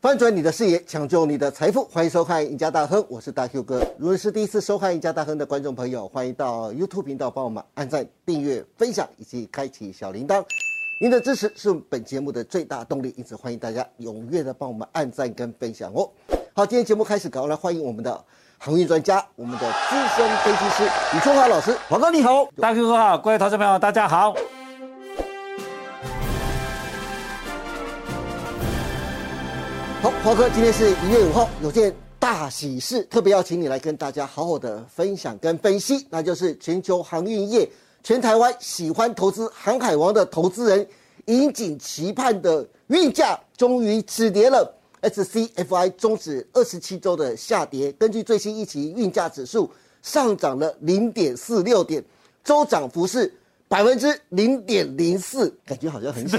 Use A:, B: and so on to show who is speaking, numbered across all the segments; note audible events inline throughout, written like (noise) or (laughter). A: 翻转你的视野，抢救你的财富，欢迎收看《赢家大亨》，我是大 Q 哥。如果是第一次收看《赢家大亨》的观众朋友，欢迎到 YouTube 频道帮我们按赞、订阅、分享以及开启小铃铛。您的支持是本节目的最大动力，因此欢迎大家踊跃的帮我们按赞跟分享哦。好，今天节目开始，赶快来欢迎我们的航运专家，我们的资深飞机师李春华老师。
B: 王哥你好，大 Q 哥好，各位投资朋友大家好。
A: 好，华哥，今天是一月五号，有件大喜事，特别要请你来跟大家好好的分享跟分析，那就是全球航运业，全台湾喜欢投资航海王的投资人，引颈期盼的运价终于止跌了。SCFI 终止二十七周的下跌，根据最新一期运价指数上涨了零点四六点，周涨幅是百分之零点零四，感觉好像很少，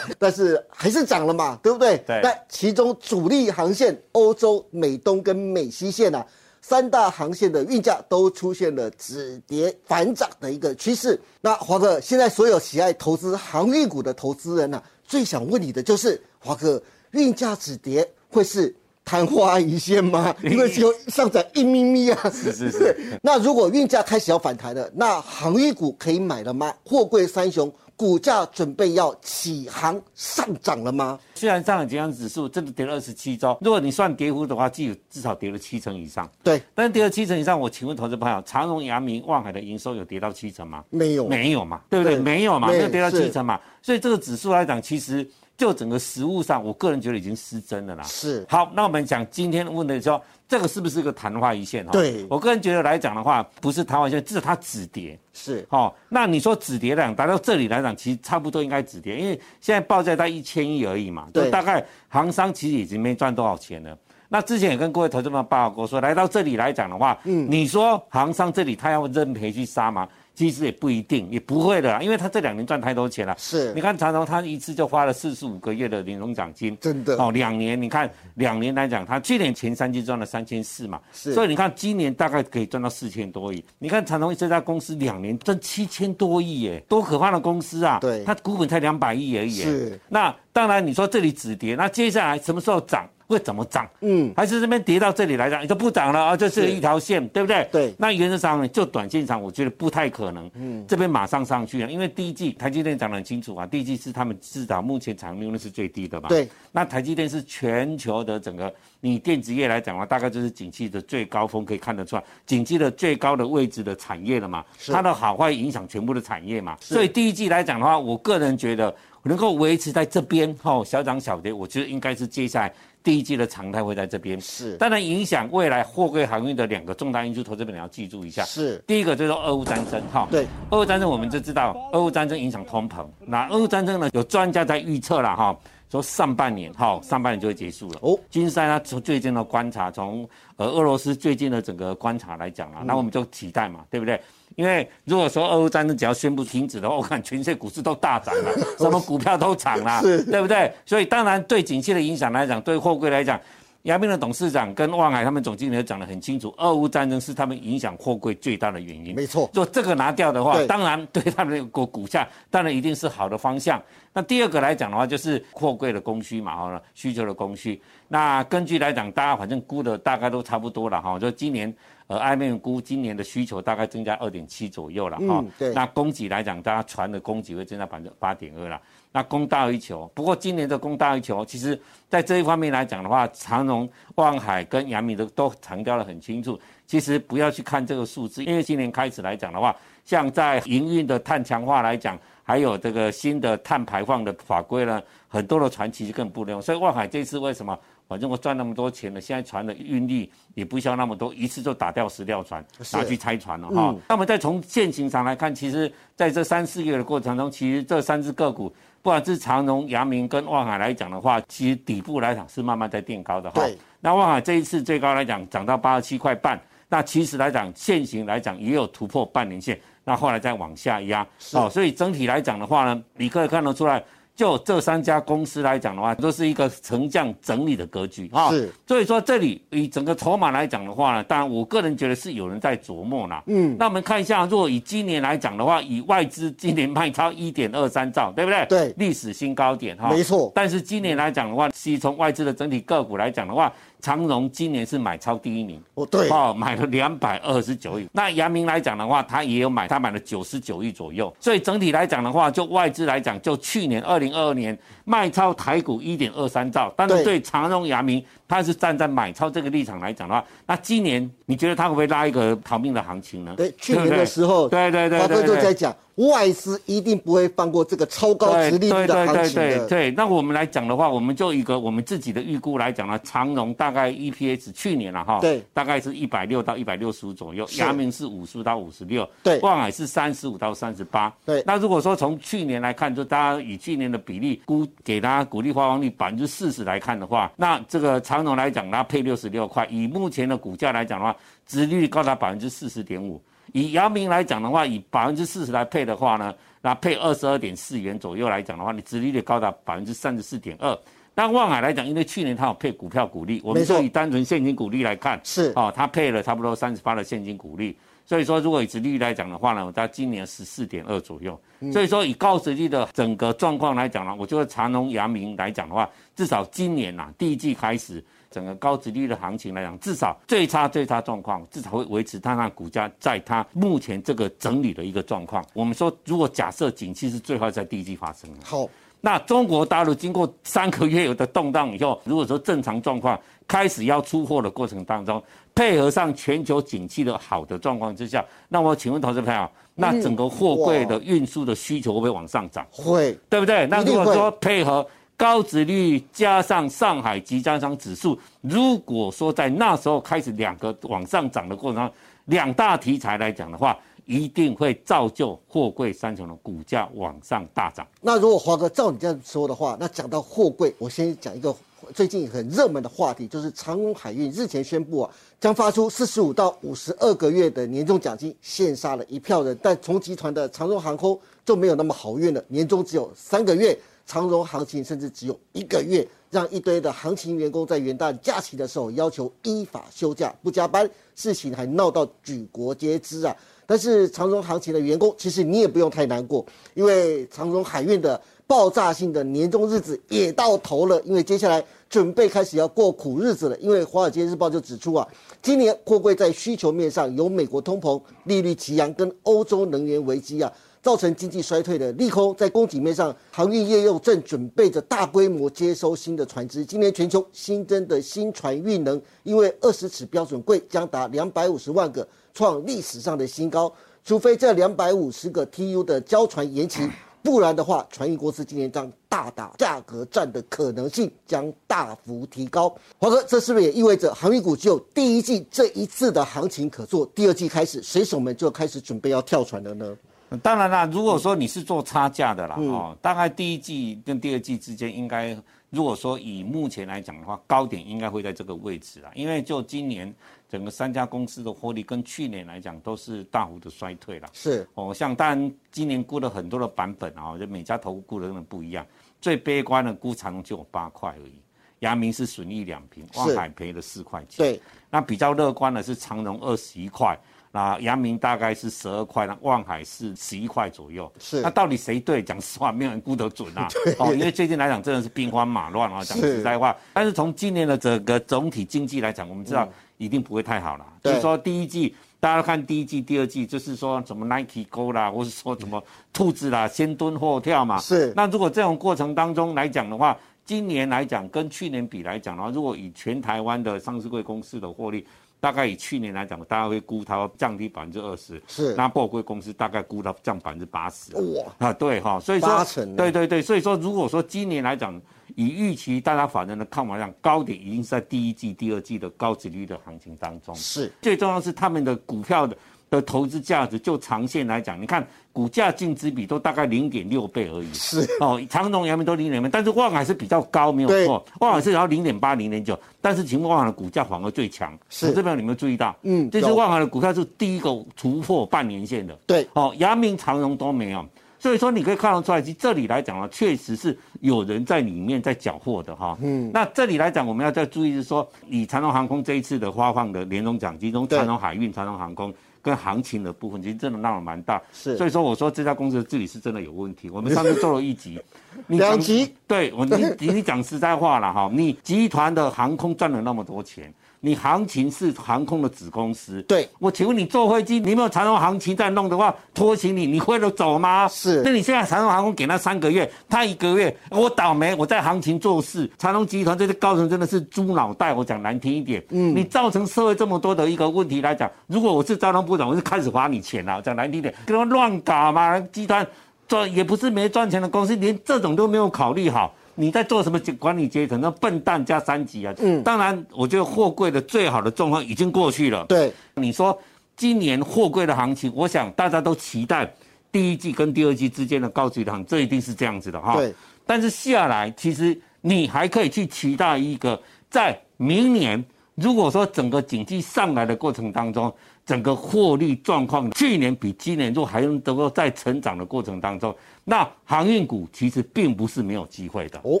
A: 但是还是涨了嘛，对不对？
B: 对
A: 那其中主力航线欧洲、美东跟美西线啊，三大航线的运价都出现了止跌反涨的一个趋势。那华哥，现在所有喜爱投资航运股的投资人呢、啊，最想问你的就是，华哥，运价止跌会是？昙花一现
B: (laughs)
A: 吗？因为只有上涨一咪咪啊！是
B: 是是
A: 是。 (laughs) 那如果运价开始要反弹了，那航运股可以买了吗？货柜三雄股价准备要起航上涨了吗？
B: 虽然上海集团指数真的跌了二十七周，如果你算跌幅的话，就有至少跌了七成以上。
A: 对，
B: 但是跌了七成以上，我请问投资朋友，长荣、阳明、望海的营收有跌到七成吗？
A: 没有，
B: 没有嘛，对不对？
A: 对
B: 没有嘛，
A: 没
B: 没
A: 有
B: 有跌到
A: 是
B: 七成嘛。所以这个指数来讲，其实就整个实物上，我个人觉得已经失真了啦。
A: 是
B: 好，那我们讲今天问的说，这个是不是一个昙花一现？哈
A: 对
B: 我个人觉得来讲的话，不是昙花一现，至少它止跌。
A: 是
B: 哦，那你说止跌量达到这里来讲，其实差不多应该止跌，因为现在报价在一千一而已嘛，
A: 对
B: 就大概行商其实已经没赚多少钱了。那之前也跟各位投资者报告过说，来到这里来讲的话，嗯，你说行商这里他要认赔去杀吗？其实也不一定，也不会的啦，因为他这两年赚太多钱了。
A: 是
B: 你看长荣他一次就花了四十五个月的年终奖金，
A: 真的
B: 哦，两年，你看两年来讲，他去年前三季赚了三千四嘛，
A: 是
B: 所以你看今年大概可以赚到四千多亿。你看长隆这家公司两年赚七千多亿耶，多可怕的公司啊！
A: 对
B: 它股本才两百亿而已耶。
A: 是，
B: 那当然你说这里止跌，那接下来什么时候涨？会怎么涨？嗯，还是这边跌到这里来涨，就不涨了啊？这是
A: 是
B: 一条线，对不对？
A: 对
B: 那原则上呢，就短线上，我觉得不太可能。嗯，这边马上上去了，因为第一季台积电讲得很清楚啊，第一季是他们至少目前产能利用率是最低的嘛。
A: 对。
B: 那台积电是全球的整个你电子业来讲的话，大概就是景气的最高峰，可以看得出来，景气的最高的位置的产业了嘛，它的好坏影响全部的产业嘛。所以第一季来讲的话，我个人觉得能够维持在这边哦，小涨小跌，我觉得应该是接下来第一季的常态会在这边。
A: 是
B: 当然影响未来货柜航运的两个重大因素，投资者你要记住一下。
A: 是
B: 第一个就是俄乌战争哈，
A: 对，
B: 俄乌战争我们就知道，俄乌战争影响通膨。那俄乌战争呢，有专家在预测了哈，说上半年哈，上半年就会结束了。
A: 哦
B: 哦，金山他从最近的观察，从呃俄罗斯最近的整个观察来
A: 嗯
B: 讲啊，那我们就期待嘛，对不对？因为如果说俄乌战争只要宣布停止的话， (laughs) 我看全世界股市都大涨
A: (laughs)
B: 了，
A: 哦
B: 什么股票都涨了，对不对？所以当然对景气的影响来讲，对货柜来讲。亚明的董事长跟望海他们总经理都讲得很清楚，俄乌战争是他们影响货柜最大的原因。
A: 没错
B: 做这个拿掉的话
A: 对，
B: 当然对他们的股股价当然一定是好的方向。那第二个来讲的话，就是货柜的供需嘛，好了，需求的供需。那根据来讲，大家反正估的大概都差不多了哈，就今年。呃，外面估今年的需求大概增加二点七左右了哈、
A: 嗯对
B: 那供给来讲，大家船的供给会增加百分之八点二啦。那供大于求，不过今年的供大于求，其实在这一方面来讲的话，长荣、望海跟阳明都都强调的很清楚。其实不要去看这个数字，因为今年开始来讲的话，像在营运的碳强化来讲，还有这个新的碳排放的法规呢，很多的船其实更不能用。所以望海这次为什么？反正我赚那么多钱了，现在船的运力也不需要那么多，一次就打掉十条船，
A: 是
B: 拿去拆船了哈。那么再从现行上来看，其实在这三四个月的过程中，其实这三只个股，不管是长荣、阳明跟望海来讲的话，其实底部来讲是慢慢在垫高的哈。
A: 对
B: 那望海这一次最高来讲涨到八十七块半，那其实来讲现行来讲也有突破半年线，那后来再往下压。
A: 是
B: 哦，所以整体来讲的话呢，你可以看得出来。就这三家公司来讲的话，都是一个沉降整理的格局哈。
A: 是，
B: 所以说这里以整个筹码来讲的话呢，当然我个人觉得是有人在琢磨啦。嗯，那我们看一下，如果以今年来讲的话，以外资今年卖超一点二三兆，对不对？
A: 对
B: 历史新高点哈。
A: 没错
B: 但是今年来讲的话，是从外资的整体个股来讲的话，长荣今年是买超第一名。
A: 哦对，
B: 哦，买了两百二十九亿。那阳明来讲的话，他也有买，他买了九十九亿左右。所以整体来讲的话，就外资来讲，就去年二零二二年卖超台股一点二三兆，但
A: 对
B: 是对长荣、阳明，它是站在买超这个立场来讲的话，那今年你觉得它会不会拉一个逃命的行情呢？
A: 对，去
B: 不
A: 年的时候，
B: 对对对
A: 华
B: 对
A: 哥就
B: 对
A: 在讲，外资一定不会放过这个超高
B: 对
A: 值利率的行
B: 对对
A: 情
B: 对对
A: 的。
B: 对，那我们来讲的话，我们就一个我们自己的预估来讲呢，长荣大概 EPS 去年了哈，
A: 对
B: 大概是一百六到一百六十五左右，
A: 是
B: 阳明是五十到五十六，
A: 对
B: 万海是三十五到三十八，
A: 对
B: 那如果说从去年来看，就大家以去年的比例估给大家股利发放率百分之四十来看的话，那这个长荣来讲，它配六十六块，以目前的股价来讲的话，殖利率高达百分之四十点五。以阳明来讲的话，以百分之四十来配的话呢，那配二十二点四元左右来讲的话，你殖利率高达百分之三十四点二。那望海来讲，因为去年它有配股票股利，我
A: 没
B: 们
A: 错
B: 就以单纯现金股利来看，
A: 是
B: 哦，它配了差不多三十八的现金股利。所以说，如果以殖利率来讲的话呢，我在今年十四点二左右。所以说，以高殖利率的整个状况来讲呢，我觉得长隆、阳明来讲的话，至少今年呐、第一季开始，整个高殖利率的行情来讲，至少最差最差状况，至少会维持它那股价在它目前这个整理的一个状况。我们说，如果假设景气是最坏在第一季发生的。
A: 好，
B: 那中国大陆经过三个月有的动荡以后，如果说正常状况开始要出货的过程当中，配合上全球景气的好的状况之下，那我请问投资朋友，那整个货柜的运输的需求会不会往上涨？
A: 会
B: 对不对？那
A: 一定
B: 如
A: 会
B: 果说配合高值率加上上海集装箱指数，如果说在那时候开始两个往上涨的过程当中，两大题材来讲的话，一定会造就货柜三雄的股价往上大涨。
A: 那如果华哥照你这样说的话，那讲到货柜，我先讲一个最近很热门的话题，就是长荣海运日前宣布啊，将发出四十五到五十二个月的年终奖金，羡杀了一票人。但从集团的长荣航空就没有那么好运了，年终只有三个月，长荣行情甚至只有一个月，让一堆的行情员工在元旦假期的时候要求依法休假不加班，事情还闹到举国皆知啊。但是长荣行情的员工，其实你也不用太难过，因为长荣海运的爆炸性的年终日子也到头了，因为接下来准备开始要过苦日子了。因为《华尔街日报》就指出啊，今年货柜在需求面上有美国通膨、利率齐扬跟欧洲能源危机啊，造成经济衰退的利空，在供给面上，航运业又正准备着大规模接收新的船只。今年全球新增的新船运能，因为二十尺标准柜将达两百五十万个，创历史上的新高。除非这两百五十个 TU 的交船延期，不然的话，船运公司今年将大打价格战的可能性将大幅提高。华哥，这是不是也意味着航运股只有第一季这一次的行情可做，第二季开始水手们就开始准备要跳船了呢？
B: 当然啦，如果说你是做差价的啦，哦，大概第一季跟第二季之间应该，如果说以目前来讲的话，高点应该会在这个位置啦，因为就今年整个三家公司的获利跟去年来讲都是大幅的衰退啦。
A: 是
B: 哦，像当然今年估了很多的版本啊、就每家投顾估的有点不一样。最悲观的估长荣就有八块而已，阳明是损益两平，
A: 是
B: 望海赔了四块钱。
A: 对，
B: 那比较乐观的是长荣二十一块，那阳明大概是十二块，那望海是十一块左右。
A: 是
B: 那到底谁对？讲实话，没有人估得
A: (laughs)
B: 准啊。哦，因为最近来讲真的是兵荒马乱啊，讲实在话。但是从今年的整个总体经济来讲，我们知道一定不会太好了。
A: 嗯对
B: 就是说第一季。大家看第一季、第二季，就是说什么 Nike Go 啦，或是说什么兔子啦，先蹲后跳嘛。
A: 是
B: 那如果这种过程当中来讲的话，今年来讲跟去年比来讲的话，如果以全台湾的上市贵公司的获利，大概以去年来讲，大家会估它降低百分之二十，
A: 是
B: 那货柜公司大概估到降百分之八十。
A: 哇，
B: 啊，对哈、所以说
A: 八成呢啊
B: 对对对，所以说如果说今年来讲，以预期大家法人的看法上，高点已经是在第一季、第二季的高值率的行情当中。
A: 是
B: 最重要是他们的股票的的投资价值，就长线来讲，你看股价净值比都大概零点六倍而已。
A: 是
B: 哦，长荣、阳明都零点八，但是望海是比较高，没
A: 对
B: 有错，望海是然后零点八、零点九，但是请问望海的股价反而最强，
A: 是
B: 投资朋友你有没有注意到？
A: 嗯
B: 这次
A: 有
B: 望海的股票是第一个突破半年线的，
A: 对
B: 哦，阳明、长荣都没有。所以说你可以看得出来，其实这里来讲啊，确实是有人在里面在缴获的哈。嗯，那这里来讲，我们要再注意是说，以长荣航空这一次的发放的年终奖金中，
A: 对
B: 长荣海运、长荣航空。跟行情的部分，其实真的闹得蛮大，
A: 是
B: 所以说我说这家公司的治理是真的有问题。我们上次做了
A: (laughs)
B: 一集，你
A: 两
B: 讲
A: 集
B: 对我，你你 (laughs) 你讲实在话了哈，你集团的航空赚了那么多钱，你行情是航空的子公司。
A: 对，
B: 我请问你坐飞机，你没有长荣行情在弄的话，拖行李你会得走吗？
A: 是
B: 那你现在长荣航空给他三个月，他一个月，我倒霉，我在行情做事，长荣集团这些高层真的是猪脑袋，我讲难听一点，嗯，你造成社会这么多的一个问题来讲，如果我是交通部长，我就开始罚你钱了，讲难听一点，跟他们乱搞嘛，集团赚也不是没赚钱的公司，连这种都没有考虑好。你在做什么管理阶层？那笨蛋加三级啊！嗯，当然，我觉得货柜的最好的状况已经过去了。
A: 对，
B: 你说今年货柜的行情，我想大家都期待第一季跟第二季之间的高级行，这一定是这样子的哈。
A: 对。
B: 但是下来，其实你还可以去期待一个，在明年如果说整个景气上来的过程当中，整个获利状况去年比今年如果还能够在成长的过程当中，那航运股其实并不是没有机会的
A: 哦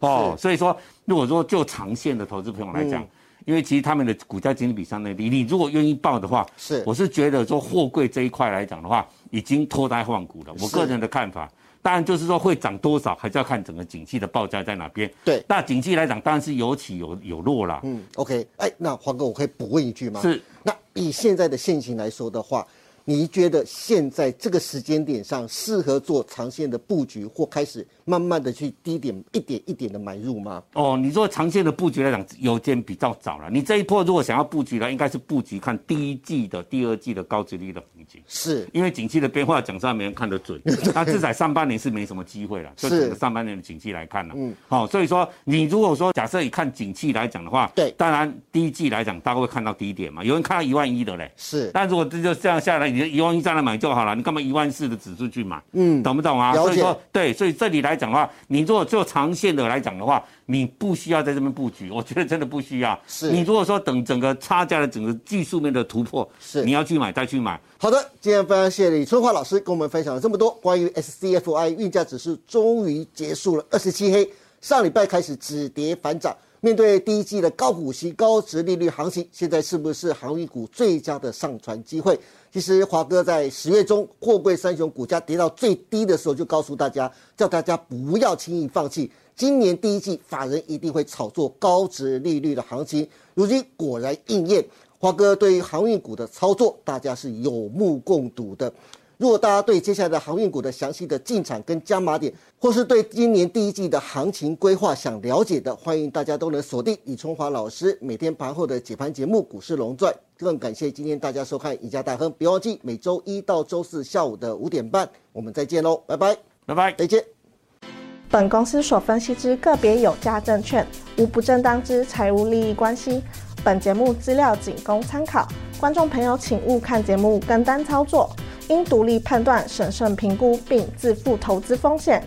B: 哦。所以说，如果说就长线的投资朋
A: 嗯
B: 友来讲，因为其实他们的股价经济比相对低，你如果愿意报的话，
A: 是
B: 我是觉得说货柜这一块来讲的话，已经脱胎换骨了。我
A: 是
B: 个人的看法，当然就是说会涨多少，还是要看整个景气的报价在哪边。
A: 对
B: 那景气来讲，当然是有起有有落啦。
A: 嗯，OK，哎，那黄哥，我可以补问一句吗？
B: 是。
A: 那以现在的现情来说的话，你觉得现在这个时间点上适合做长线的布局，或开始慢慢的去低点一点一点的买入吗？
B: 哦，你说长线的布局来讲，有点比较早了。你这一波如果想要布局呢，应该是布局看第一季的、第二季的高值率的行情。
A: 是，
B: 因为景气的变化，讲实在没人看
A: (laughs)
B: 得准。那至少上半年是没什么机会了，就是整个上半年的景气来看了。嗯，好、所以说你如果说假设你看景气来讲的话，
A: 对
B: 当然第一季来讲大家会看到低点嘛，有人看到一万一的嘞。
A: 是，
B: 但如果这就这样下来，你就一万一再来买就好了，你干嘛一万四的指数去买？嗯，懂不懂啊？
A: 了
B: 所
A: 解
B: 以说，对，所以这里来讲的话，你如果做长线的来讲的话，你不需要在这边布局，我觉得真的不需要。
A: 是
B: 你如果说等整个差价的整个技术面的突破，
A: 是
B: 你要去买再去买，
A: 好的，今天非常谢谢李春华老师跟我们分享了这么多关于 SCFI 运价指数终于结束了二十七黑，上礼拜开始止跌反涨。面对第一季的高股息、高值利率行情，现在是不是航运股最佳的上船机会？其实华哥在十月中，货柜三雄股价跌到最低的时候，就告诉大家，叫大家不要轻易放弃。今年第一季，法人一定会炒作高值利率的行情，如今果然应验。华哥对于航运股的操作，大家是有目共睹的。如果大家对接下来的航运股的详细的进场跟加码点，或是对今年第一季的行情规划想了解的，欢迎大家都能锁定李春华老师每天盘后的解盘节目《股市龙钻》。更感谢今天大家收看《赢家大亨》，别忘记每周一到周四下午的五点半，我们再见喽，拜拜，
B: 拜拜。
A: 再见。
C: 本公司所分析之个别有价证券，无不正当之财务利益关系。本节目资料仅供参考，观众朋友请勿看节目跟单操作，应独立判断、审慎评估并自负投资风险。